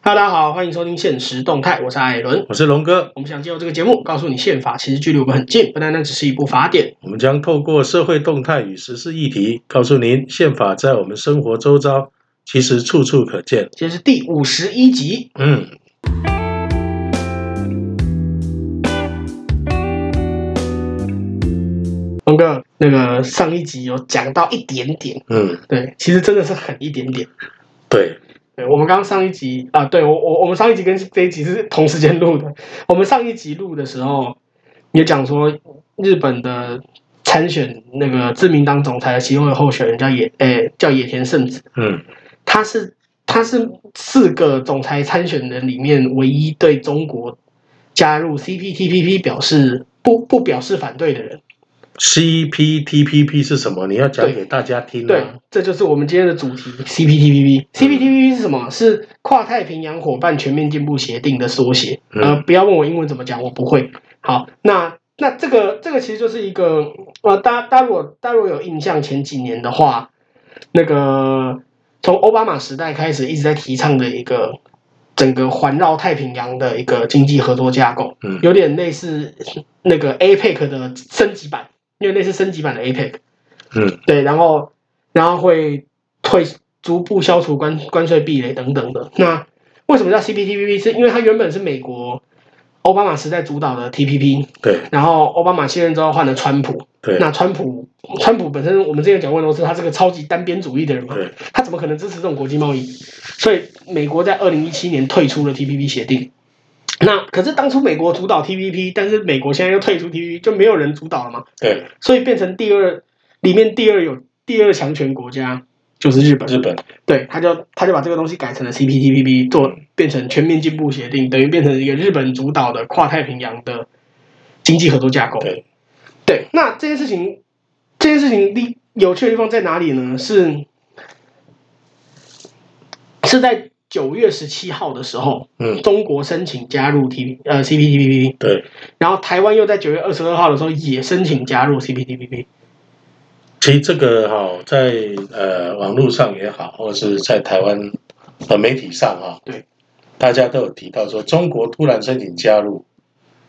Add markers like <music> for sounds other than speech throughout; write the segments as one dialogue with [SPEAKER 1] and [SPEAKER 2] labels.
[SPEAKER 1] 哈，大家好，欢迎收听《现实动态》，我是艾伦。
[SPEAKER 2] 我是龙哥，
[SPEAKER 1] 我们想借由这个节目，告诉你宪法其实距离我们很近，不单单只是一部法典。
[SPEAKER 2] 我们将透过社会动态与时事议题，告诉您宪法在我们生活周遭其实处处可见。
[SPEAKER 1] 今天是第五十一集，
[SPEAKER 2] 嗯，
[SPEAKER 1] 龙哥，那个上一集有讲到一点点，
[SPEAKER 2] 嗯，
[SPEAKER 1] 对，其实真的是很一点点。
[SPEAKER 2] 对，
[SPEAKER 1] 对，我们刚刚上一集啊，对我我我们上一集跟这一集是同时间录的。我们上一集录的时候，也讲说日本的参选那个自民党总裁的其中的候选人叫野，诶、叫野田圣子，
[SPEAKER 2] 嗯，
[SPEAKER 1] 他是他是四个总裁参选人里面唯一对中国加入 CPTPP 表示不不表示反对的人。
[SPEAKER 2] CPTPP 是什么？你要讲
[SPEAKER 1] 对
[SPEAKER 2] 给大家听
[SPEAKER 1] 对
[SPEAKER 2] 啊。，
[SPEAKER 1] 这就是我们今天的主题 CPTPP。CPTPP
[SPEAKER 2] 嗯
[SPEAKER 1] 是什么？是跨太平洋伙伴全面进步协定的缩写。
[SPEAKER 2] 嗯
[SPEAKER 1] 呃，不要问我英文怎么讲，我不会。好，那那这个这个其实就是一个呃，大家大家如果大家如果有印象，前几年的话，那个从奥巴马时代开始一直在提倡的一个整个环绕太平洋的一个经济合作架构，
[SPEAKER 2] 嗯
[SPEAKER 1] 有点类似那个 APEC 的升级版，因为类似升级版的 E APEC。
[SPEAKER 2] 嗯
[SPEAKER 1] 对，然后然后会退逐步消除关关税壁垒等等的。那为什么叫 CPTPP？是因为它原本是美国奥巴马时代主导的 TPP，
[SPEAKER 2] 对
[SPEAKER 1] 然后奥巴马卸任之后换了川普。
[SPEAKER 2] 对
[SPEAKER 1] 那川普川普本身我们之前讲过很多次，他是个超级单边主义的人嘛，
[SPEAKER 2] 对，
[SPEAKER 1] 他怎么可能支持这种国际贸易？所以美国在二零一七年退出了 TPP 协定。那可是当初美国主导 TPP，但是美国现在又退出 TPP，就没有人主导了嘛？
[SPEAKER 2] 对，
[SPEAKER 1] 所以变成第二里面第二有第二强权国家就是日本，
[SPEAKER 2] 日本，
[SPEAKER 1] 对，他就他就把这个东西改成了 CPTPP，做变成全面进步协定，等于变成一个日本主导的跨太平洋的经济合作架构。
[SPEAKER 2] 对，
[SPEAKER 1] 对，那这件事情，这件事情的有趣的地方在哪里呢？是是在九月十七号的时候，
[SPEAKER 2] 嗯，
[SPEAKER 1] 中国申请加入 T 呃 CPTPP，
[SPEAKER 2] 对，
[SPEAKER 1] 然后台湾又在九月二十二号的时候也申请加入 CPTPP。
[SPEAKER 2] 其实这个哈、在呃网络上也好，或者是在台湾呃媒体上啊，
[SPEAKER 1] 对，
[SPEAKER 2] 大家都有提到说，中国突然申请加入，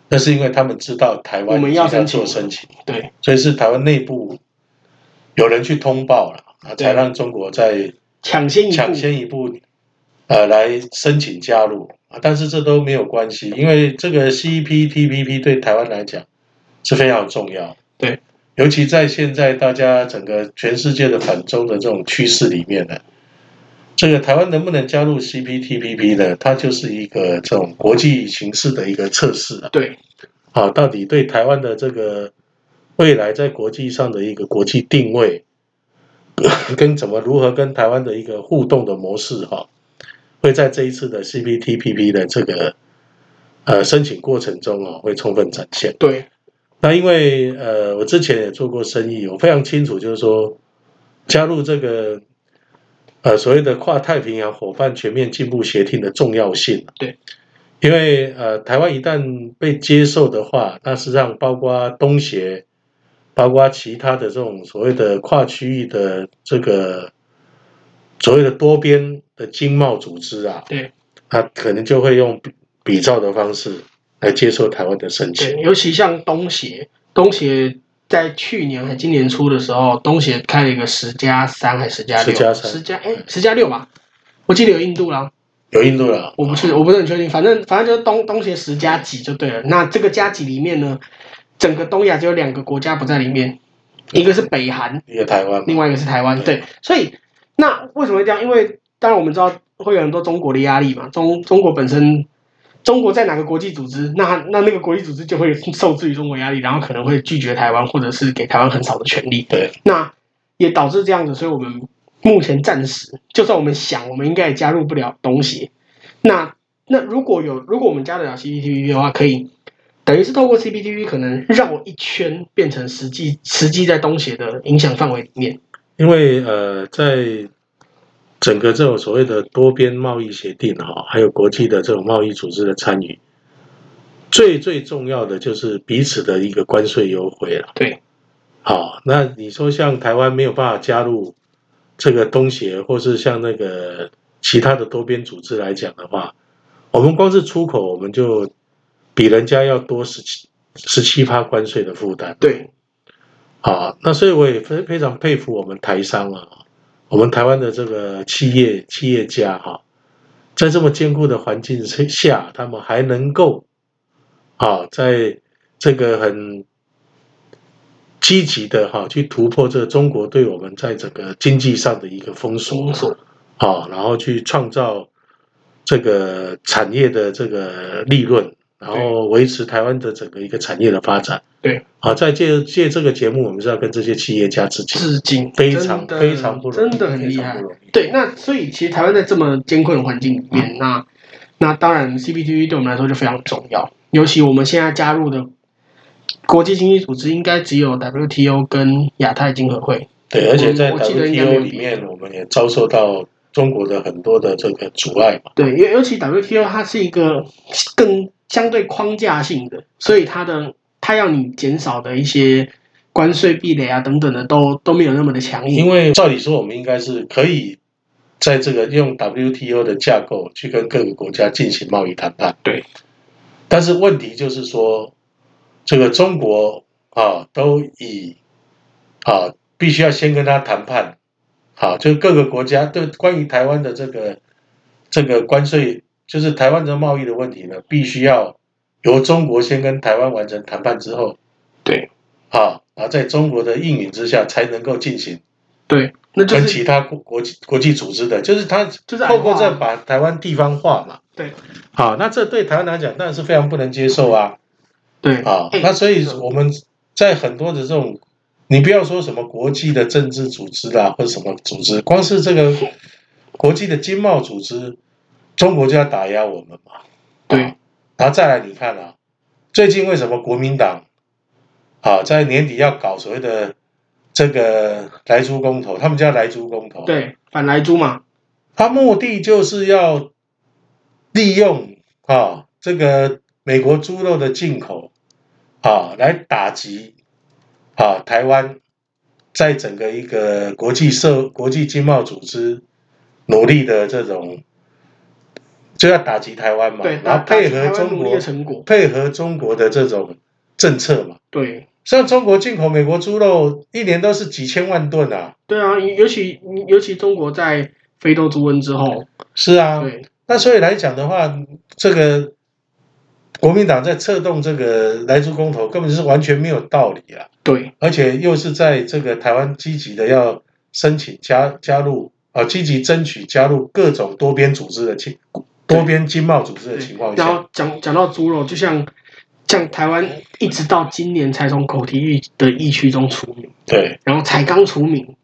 [SPEAKER 2] 那是因为他们知道台湾
[SPEAKER 1] 我们要
[SPEAKER 2] 已经在
[SPEAKER 1] 申请
[SPEAKER 2] 做申请。
[SPEAKER 1] 对
[SPEAKER 2] 所以是台湾内部有人去通报了，啊，
[SPEAKER 1] 对
[SPEAKER 2] 才让中国在
[SPEAKER 1] 抢先一步，
[SPEAKER 2] 抢先一步，呃，来申请加入啊。但是这都没有关系，因为这个 E CPTPP 对台湾来讲是非常重要。
[SPEAKER 1] 对，
[SPEAKER 2] 尤其在现在大家整个全世界的反中的这种趋势里面呢，这个台湾能不能加入 E CPTPP 呢？它就是一个这种国际形势的一个测试啊。
[SPEAKER 1] 对
[SPEAKER 2] 啊，到底对台湾的这个未来在国际上的一个国际定位， <laughs> 跟怎么如何跟台湾的一个互动的模式哈、会在这一次的 CPTPP 的这个呃申请过程中哦，会充分展现。
[SPEAKER 1] 对
[SPEAKER 2] 那因为呃，我之前也做过生意，我非常清楚，就是说加入这个呃所谓的跨太平洋伙伴全面进步协定的重要性。
[SPEAKER 1] 对，
[SPEAKER 2] 因为呃，台湾一旦被接受的话，那实际上包括东协，包括其他的这种所谓的跨区域的这个所谓的多边的经贸组织啊，
[SPEAKER 1] 对
[SPEAKER 2] 它可能就会用比比照的方式来接受台湾的申请。
[SPEAKER 1] 对，尤其像东协，东协在去年还今年初的时候，东协开了一个十加三还是十加六？
[SPEAKER 2] 10加3
[SPEAKER 1] 十加哎，十加六吧。我记得有印度啦，
[SPEAKER 2] 有印度了，
[SPEAKER 1] 我不是我不是很确定，反正反正就是东东协十加几就对了。那这个加几里面呢，整个东亚只有两个国家不在里面，
[SPEAKER 2] 嗯
[SPEAKER 1] 一个是北韩，
[SPEAKER 2] 一个台湾嘛，
[SPEAKER 1] 另外一个是台湾。
[SPEAKER 2] 对
[SPEAKER 1] 对，所以那为什么会这样？因为当然我们知道会有很多中国的压力嘛，中中国本身。中国在哪个国际组织，那那那个国际组织就会受制于中国压力，然后可能会拒绝台湾，或者是给台湾很少的权利。
[SPEAKER 2] 对，
[SPEAKER 1] 那也导致这样子，所以我们目前暂时，就算我们想，我们应该也加入不了东协。那那如果有，如果我们加得了 CPTPP 的话，可以等于是透过 CPTPP 可能绕一圈，变成实际实际在东协的影响范围里面。
[SPEAKER 2] 因为呃，在整个这种所谓的多边贸易协定哈、还有国际的这种贸易组织的参与，最最重要的就是彼此的一个关税优惠了。
[SPEAKER 1] 对，
[SPEAKER 2] 好，那你说像台湾没有办法加入这个东协，或是像那个其他的多边组织来讲的话，我们光是出口，我们就比人家要多十七十七趴关税的负担。
[SPEAKER 1] 对，
[SPEAKER 2] 啊，那所以我也非非常佩服我们台商啊，我们台湾的这个企业企业家哈、在这么艰苦的环境之下，他们还能够啊，在这个很积极的哈、去突破这个中国对我们在整个经济上的一个封锁
[SPEAKER 1] 封锁
[SPEAKER 2] 啊，然后去创造这个产业的这个利润，然后维持台湾的整个一个产业的发展。
[SPEAKER 1] 对，
[SPEAKER 2] 好，在借借这个节目，我们是要跟这些企业家致敬，
[SPEAKER 1] 致敬，
[SPEAKER 2] 非常
[SPEAKER 1] 真的
[SPEAKER 2] 非常不容易，
[SPEAKER 1] 真的很
[SPEAKER 2] 非
[SPEAKER 1] 厉
[SPEAKER 2] 常
[SPEAKER 1] 害
[SPEAKER 2] 不。容易。嗯
[SPEAKER 1] 对，那所以其实台湾在这么艰困的环境里面，那那当然 CPTPP 对我们来说就非常重要，尤其我们现在加入的国际经济组织应该只有 WTO 跟亚太经合会。
[SPEAKER 2] 对，而且在
[SPEAKER 1] 我我记得应该没
[SPEAKER 2] WTO
[SPEAKER 1] 有
[SPEAKER 2] 里面，我们也遭受到中国的很多的这个阻碍嘛。
[SPEAKER 1] 对，尤尤其 WTO 它是一个更相对框架性的，所以它的它要你减少的一些关税壁垒啊等等的都都没有那么的强
[SPEAKER 2] 因
[SPEAKER 1] 硬。
[SPEAKER 2] 为照理说，我们应该是可以在这个用 WTO 的架构去跟各个国家进行贸易谈判。
[SPEAKER 1] 对，
[SPEAKER 2] 但是问题就是说，这个中国啊，都以啊，必须要先跟他谈判，好、就各个国家对关于台湾的这个这个关税，就是台湾的贸易的问题呢，必须要由中国先跟台湾完成谈判之后，
[SPEAKER 1] 对
[SPEAKER 2] 啊，然后在中国的应允之下，才能够进行
[SPEAKER 1] 对，那就
[SPEAKER 2] 跟
[SPEAKER 1] 是
[SPEAKER 2] 其他国国际国际组织的，就是他
[SPEAKER 1] 就是矮化
[SPEAKER 2] 透过这把台湾地方化嘛。
[SPEAKER 1] 对
[SPEAKER 2] 好，那这对台湾来讲当然是非常不能接受啊。
[SPEAKER 1] 对
[SPEAKER 2] 啊
[SPEAKER 1] 哎，
[SPEAKER 2] 那所以我们在很多的这种，你不要说什么国际的政治组织啦，或者什么组织，光是这个国际的经贸组织，中国就要打压我们嘛。
[SPEAKER 1] 对
[SPEAKER 2] 然后再来你看啊，最近为什么国民党啊在年底要搞所谓的这个莱猪公投，他们叫莱猪公投，，
[SPEAKER 1] 对反莱猪嘛，
[SPEAKER 2] 他目的就是要利用啊这个美国猪肉的进口啊来打击啊台湾在整个一个国际社国际经贸组织努力的这种。就要打击台湾嘛，
[SPEAKER 1] 对，
[SPEAKER 2] 哦然
[SPEAKER 1] 打打
[SPEAKER 2] 后配
[SPEAKER 1] 击
[SPEAKER 2] 合
[SPEAKER 1] 台湾
[SPEAKER 2] 中
[SPEAKER 1] 努力
[SPEAKER 2] 国
[SPEAKER 1] 的成果，
[SPEAKER 2] 配合中国的这种政策嘛。
[SPEAKER 1] 对
[SPEAKER 2] 像中国进口美国猪肉，一年都是几千万吨啊。
[SPEAKER 1] 对啊，尤尤其尤其中国在非洲猪瘟之后，
[SPEAKER 2] 是啊，
[SPEAKER 1] 对
[SPEAKER 2] 那所以来讲的话，这个国民党在策动这个来猪公投，根本就是完全没有道理啊。
[SPEAKER 1] 对
[SPEAKER 2] 而且又是在这个台湾积极的要申请加加入啊，积极争取加入各种多边组织的情多边经贸组织的情况
[SPEAKER 1] 嗯然
[SPEAKER 2] 下，
[SPEAKER 1] 后讲讲到猪肉，就像像台湾一直到今年才从口蹄疫的疫区中除名，
[SPEAKER 2] 对，
[SPEAKER 1] 然后才刚除名，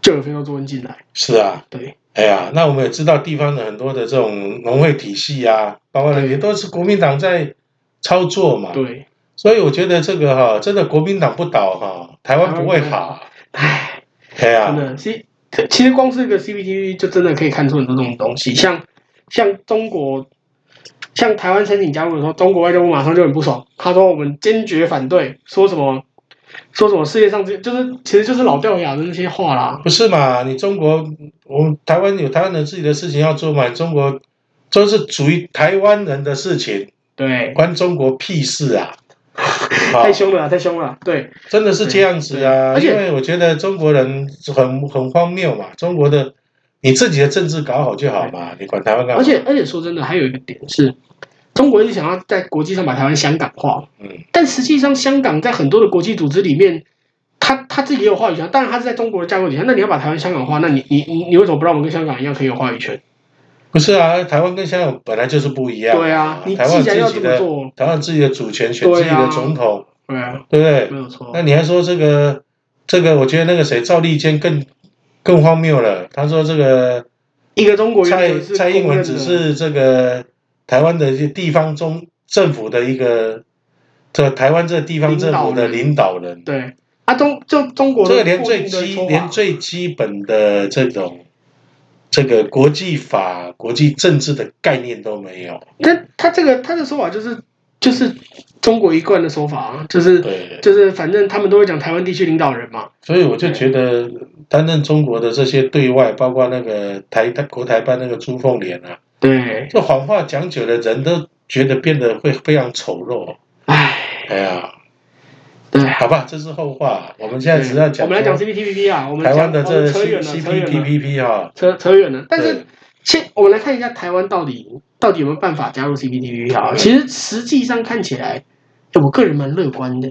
[SPEAKER 1] 就有非洲猪瘟进来。
[SPEAKER 2] 是啊，
[SPEAKER 1] 对
[SPEAKER 2] 哎呀，那我们也知道地方的很多的这种农会体系啊，包括那也都是国民党在操作嘛。
[SPEAKER 1] 嗯对，
[SPEAKER 2] 所以我觉得这个哈、真的国民党不倒哈、台湾不会好。
[SPEAKER 1] 嗯唉，
[SPEAKER 2] 哎
[SPEAKER 1] 真
[SPEAKER 2] 呀，
[SPEAKER 1] 的，其其实光是一个 CPTP 就真的可以看出很多这种东西，像像中国。像台湾申请加入的时候，中国外交部马上就很不爽，他说我们坚决反对，说什么说什么世界上这就是其实就是老掉牙的那些话啦。
[SPEAKER 2] 不是嘛？你中国，我们台湾有台湾人自己的事情要做嘛。中国都是属于台湾人的事情，
[SPEAKER 1] 对，
[SPEAKER 2] 关中国屁事啊！好
[SPEAKER 1] <laughs> 太凶了啦，太凶了啦。对，
[SPEAKER 2] 真的是这样子啊，
[SPEAKER 1] 对对
[SPEAKER 2] 因为我觉得中国人很很荒谬嘛，中国的你自己的政治搞好就好嘛，你管台湾干嘛？
[SPEAKER 1] 而且而且说真的，还有一个点是，中国一直想要在国际上把台湾香港化，
[SPEAKER 2] 嗯，
[SPEAKER 1] 但实际上香港在很多的国际组织里面，他他自己也有话语权，当然他是在中国的架构底下，那你要把台湾香港化，那你你你你为什么不让我们跟香港一样可以有话语权？
[SPEAKER 2] 不是啊，台湾跟香港本来就是不一样。
[SPEAKER 1] 对啊你
[SPEAKER 2] 台湾
[SPEAKER 1] 既然
[SPEAKER 2] 有
[SPEAKER 1] 要
[SPEAKER 2] 自己
[SPEAKER 1] 这么
[SPEAKER 2] 的
[SPEAKER 1] 做，
[SPEAKER 2] 台湾有自己的主权，选
[SPEAKER 1] 对啊
[SPEAKER 2] 自己的总统，
[SPEAKER 1] 对啊，
[SPEAKER 2] 对不对？
[SPEAKER 1] 没有错
[SPEAKER 2] 那，你还说这个这个，我觉得那个谁赵立坚更更荒谬了。他说这个
[SPEAKER 1] 一个中国原
[SPEAKER 2] 蔡
[SPEAKER 1] 则是
[SPEAKER 2] 蔡英
[SPEAKER 1] 公
[SPEAKER 2] 文
[SPEAKER 1] 认
[SPEAKER 2] 只
[SPEAKER 1] 的
[SPEAKER 2] 是这个台湾的一些地方中政府的一个，这台湾这地方政府的领导人，
[SPEAKER 1] 对啊中就中国
[SPEAKER 2] 这个
[SPEAKER 1] 的
[SPEAKER 2] 连
[SPEAKER 1] 固
[SPEAKER 2] 最
[SPEAKER 1] 定的
[SPEAKER 2] 基
[SPEAKER 1] 说法
[SPEAKER 2] 连最基本的这种这个国际法、国际政治的概念都没有。
[SPEAKER 1] 但他这个他的说法就是就是中国一贯的说法啊，就是
[SPEAKER 2] 对，
[SPEAKER 1] 就是反正他们都会讲台湾地区领导人嘛，
[SPEAKER 2] 所以我就觉得担任中国的这些对外，包括那个台台国台办那个朱凤莲啊，
[SPEAKER 1] 对，
[SPEAKER 2] 这谎话讲久了，人都觉得变得会非常丑陋。
[SPEAKER 1] 唉，
[SPEAKER 2] 哎呀，
[SPEAKER 1] 对。啊
[SPEAKER 2] 好吧，这是后话，我们现在只是要讲
[SPEAKER 1] 我们来讲
[SPEAKER 2] 说
[SPEAKER 1] CPTPP 啊，我们
[SPEAKER 2] 台湾
[SPEAKER 1] 讲
[SPEAKER 2] 的
[SPEAKER 1] 我们
[SPEAKER 2] 这
[SPEAKER 1] 扯
[SPEAKER 2] C
[SPEAKER 1] 远了，
[SPEAKER 2] C
[SPEAKER 1] 扯
[SPEAKER 2] P
[SPEAKER 1] 远
[SPEAKER 2] T
[SPEAKER 1] 了，
[SPEAKER 2] P P 哈，
[SPEAKER 1] 扯扯远了。但是
[SPEAKER 2] 对
[SPEAKER 1] 现我们来看一下台湾到底到底有没有办法加入 CPTPP 啊？
[SPEAKER 2] 嗯
[SPEAKER 1] 其实实际上看起来，哎我个人蛮乐观的，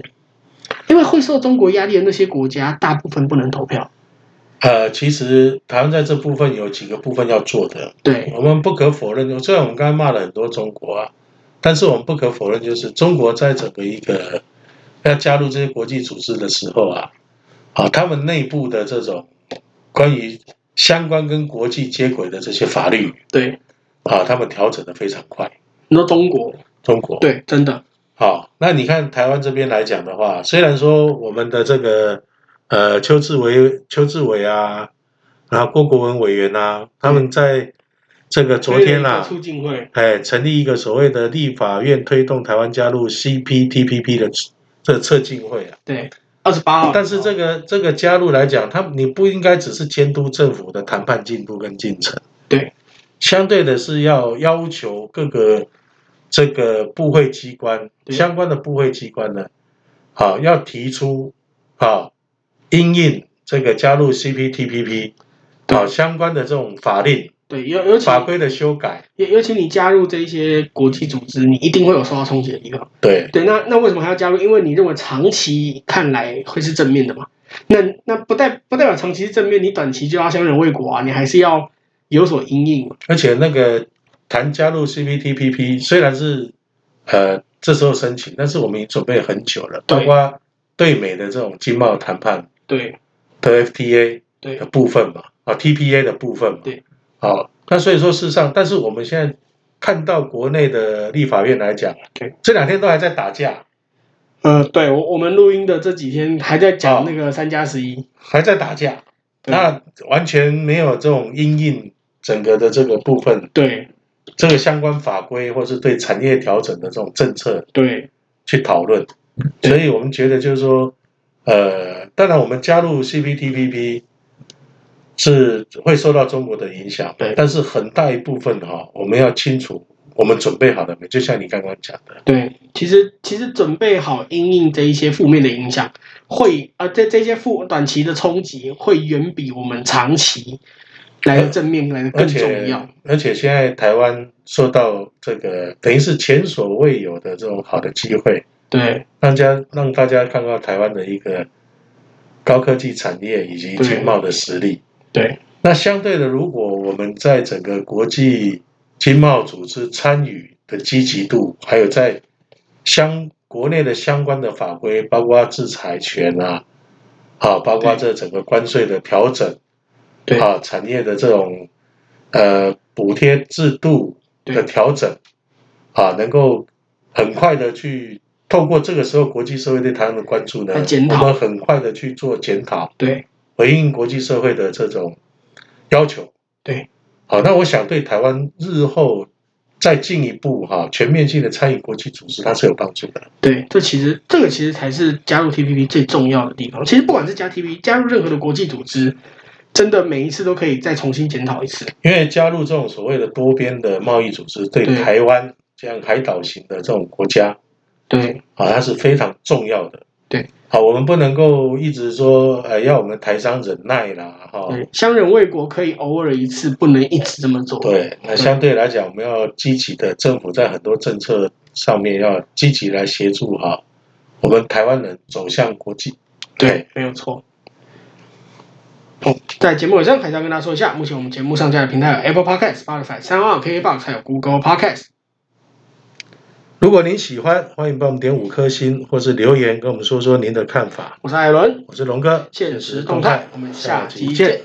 [SPEAKER 1] 因为会受中国压力的那些国家，大部分不能投票。
[SPEAKER 2] 呃，其实台湾在这部分有几个部分要做的。
[SPEAKER 1] 对
[SPEAKER 2] 我们不可否认，虽然我们刚才骂了很多中国啊，但是我们不可否认，就是中国在整个一个要加入这些国际组织的时候啊，啊，他们内部的这种关于相关跟国际接轨的这些法律
[SPEAKER 1] 对，
[SPEAKER 2] 啊，他们调整的非常快。
[SPEAKER 1] 你说中国，
[SPEAKER 2] 中国
[SPEAKER 1] 对，真的，
[SPEAKER 2] 好，那你看台湾这边来讲的话，虽然说我们的这个呃邱志伟、邱志伟啊，然后郭国文委员啊，他们在这个昨
[SPEAKER 1] 推
[SPEAKER 2] 天
[SPEAKER 1] 了
[SPEAKER 2] 啊
[SPEAKER 1] 一个，促进会，
[SPEAKER 2] 哎，成立一个所谓的立法院推动台湾加入 CPTPP 的这策进会啊。
[SPEAKER 1] 对，二十八号，
[SPEAKER 2] 但是这个这个加入来讲，他你不应该只是监督政府的谈判进度跟进程，
[SPEAKER 1] 对，
[SPEAKER 2] 相对的是要要求各个这个部会机关
[SPEAKER 1] 对
[SPEAKER 2] 相关的部会机关呢，好、要提出啊，因应这个加入 CPTPP
[SPEAKER 1] 对
[SPEAKER 2] 好、相关的这种法令
[SPEAKER 1] 对，尤尤其
[SPEAKER 2] 法规的修改，
[SPEAKER 1] 尤尤其你加入这一些国际组织，你一定会有受到冲击的地方。
[SPEAKER 2] 对
[SPEAKER 1] 对，那那为什么还要加入？因为你认为长期看来会是正面的嘛？那那不代不代表长期是正面，你短期就要相忍未果啊，你还是要有所因应嘛。
[SPEAKER 2] 而且那个谈加入 CPTPP 虽然是呃这时候申请，但是我们已经准备很久了，
[SPEAKER 1] 对
[SPEAKER 2] 包括对美的这种经贸谈判
[SPEAKER 1] 对
[SPEAKER 2] 的 FTA
[SPEAKER 1] 对
[SPEAKER 2] 的部分嘛，啊 TPA 的部分嘛，
[SPEAKER 1] 对，
[SPEAKER 2] 好、那所以说事实上，但是我们现在看到国内的立法院来讲，
[SPEAKER 1] 对，
[SPEAKER 2] 这两天都还在打架，
[SPEAKER 1] 呃，对我我们录音的这几天还在讲
[SPEAKER 2] 哦
[SPEAKER 1] 那个三加十一，
[SPEAKER 2] 还在打架，
[SPEAKER 1] 对
[SPEAKER 2] 那完全没有这种因应整个的这个部分，
[SPEAKER 1] 对
[SPEAKER 2] 这个相关法规或是对产业调整的这种政策，
[SPEAKER 1] 对
[SPEAKER 2] 去讨论。所以我们觉得就是说，呃，当然我们加入 CPTPP 是会受到中国的影响，
[SPEAKER 1] 对
[SPEAKER 2] 但是很大一部分哈、我们要清楚我们准备好了没？就像你刚刚讲的，
[SPEAKER 1] 对，其实其实准备好因应这一些负面的影响，会啊、呃、这这些负短期的冲击会远比我们长期来的正面来的
[SPEAKER 2] 而
[SPEAKER 1] 更重
[SPEAKER 2] 且
[SPEAKER 1] 要。
[SPEAKER 2] 而且现在台湾受到这个等于是前所未有的这种好的机会，
[SPEAKER 1] 对
[SPEAKER 2] 让家让大家看到台湾的一个高科技产业以及
[SPEAKER 1] 对
[SPEAKER 2] 经贸的实力。
[SPEAKER 1] 对
[SPEAKER 2] 那相对的，如果我们在整个国际经贸组织参与的积极度，还有在相国内的相关的法规，包括制裁权啊，啊，包括这整个关税的调整，
[SPEAKER 1] 对
[SPEAKER 2] 啊，产业的这种呃补贴制度的
[SPEAKER 1] 对
[SPEAKER 2] 调整，啊，能够很快的去透过这个时候国际社会对台湾的关注呢，
[SPEAKER 1] 来检讨
[SPEAKER 2] 我们很快的去做检讨，
[SPEAKER 1] 对
[SPEAKER 2] 回应国际社会的这种要求。
[SPEAKER 1] 对，
[SPEAKER 2] 好，那我想对台湾日后再进一步哈、全面性的参与国际组织，它是有帮助的。
[SPEAKER 1] 对，这其实这个其实才是加入 TPP 最重要的地方。其实不管是加 TPP，加入任何的国际组织，真的每一次都可以再重新检讨一次。
[SPEAKER 2] 因为加入这种所谓的多边的贸易组织，对
[SPEAKER 1] 对
[SPEAKER 2] 台湾这样海岛型的这种国家
[SPEAKER 1] 对
[SPEAKER 2] 啊，它是非常重要的。
[SPEAKER 1] 对，
[SPEAKER 2] 好，我们不能够一直说，呃，要我们台商忍耐啦，哈、
[SPEAKER 1] 对，相忍为国可以偶尔一次，不能一直这么做。
[SPEAKER 2] 对，那相对来讲，我们要积极的政府在很多政策上面要积极来协助哈、我们台湾人走向国际。
[SPEAKER 1] 对，哦没有错。好，在节目尾声还是要跟大家说一下，目前我们节目上架的平台有 Apple Podcast、Spotify、三万 KKBox 还有 Google Podcast。
[SPEAKER 2] 如果您喜欢，欢迎帮我们点五颗星，或是留言跟我们说说您的看法。
[SPEAKER 1] 我是艾伦，
[SPEAKER 2] 我是龙哥，
[SPEAKER 1] 现实动态，我们下集见。